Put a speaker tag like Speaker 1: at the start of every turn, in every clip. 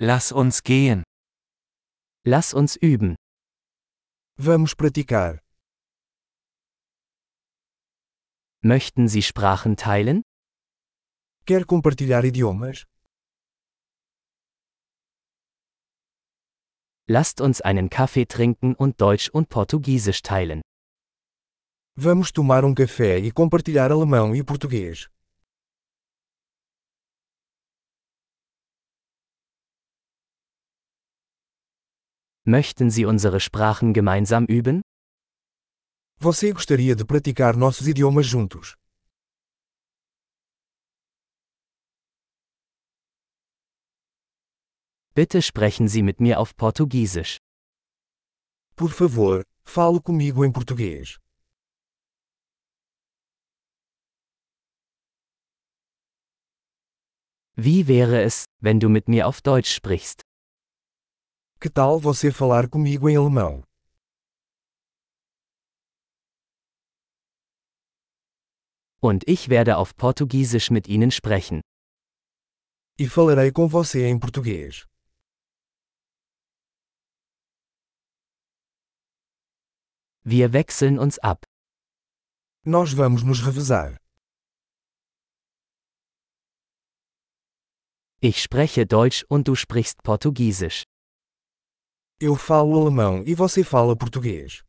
Speaker 1: Lass uns gehen.
Speaker 2: Lass uns üben.
Speaker 3: Vamos praticar.
Speaker 2: Möchten Sie Sprachen teilen?
Speaker 3: Quer compartilhar idiomas?
Speaker 2: Lasst uns einen Kaffee trinken und Deutsch und Portugiesisch teilen.
Speaker 3: Vamos tomar um café e compartilhar alemão e português.
Speaker 2: Möchten Sie unsere Sprachen gemeinsam üben?
Speaker 3: Você gostaria de praticar nossos idiomas juntos?
Speaker 2: Bitte sprechen Sie mit mir auf Portugiesisch.
Speaker 3: Por favor, fale comigo em português.
Speaker 2: Wie wäre es, wenn du mit mir auf Deutsch sprichst?
Speaker 3: Que tal você falar comigo em alemão?
Speaker 2: Und ich werde auf Portugiesisch mit Ihnen sprechen.
Speaker 3: E falarei com você em português.
Speaker 2: Wir wechseln uns ab.
Speaker 3: Nós vamos nos revezar.
Speaker 2: Ich spreche Deutsch und du sprichst Portugiesisch.
Speaker 3: Eu falo alemão e você fala português.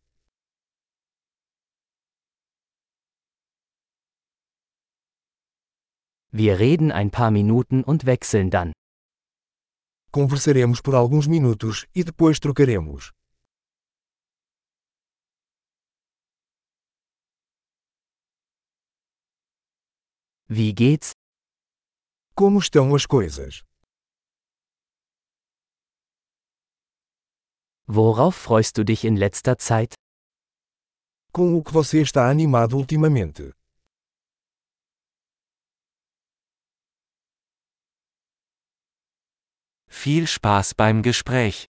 Speaker 2: Wir reden ein paar Minuten und wechseln dann.
Speaker 3: Conversaremos por alguns minutos e depois trocaremos.
Speaker 2: Wie geht's?
Speaker 3: Como estão as coisas?
Speaker 2: Worauf freust du dich in letzter Zeit?
Speaker 3: Com o que você está animado ultimamente?
Speaker 1: Viel Spaß beim Gespräch.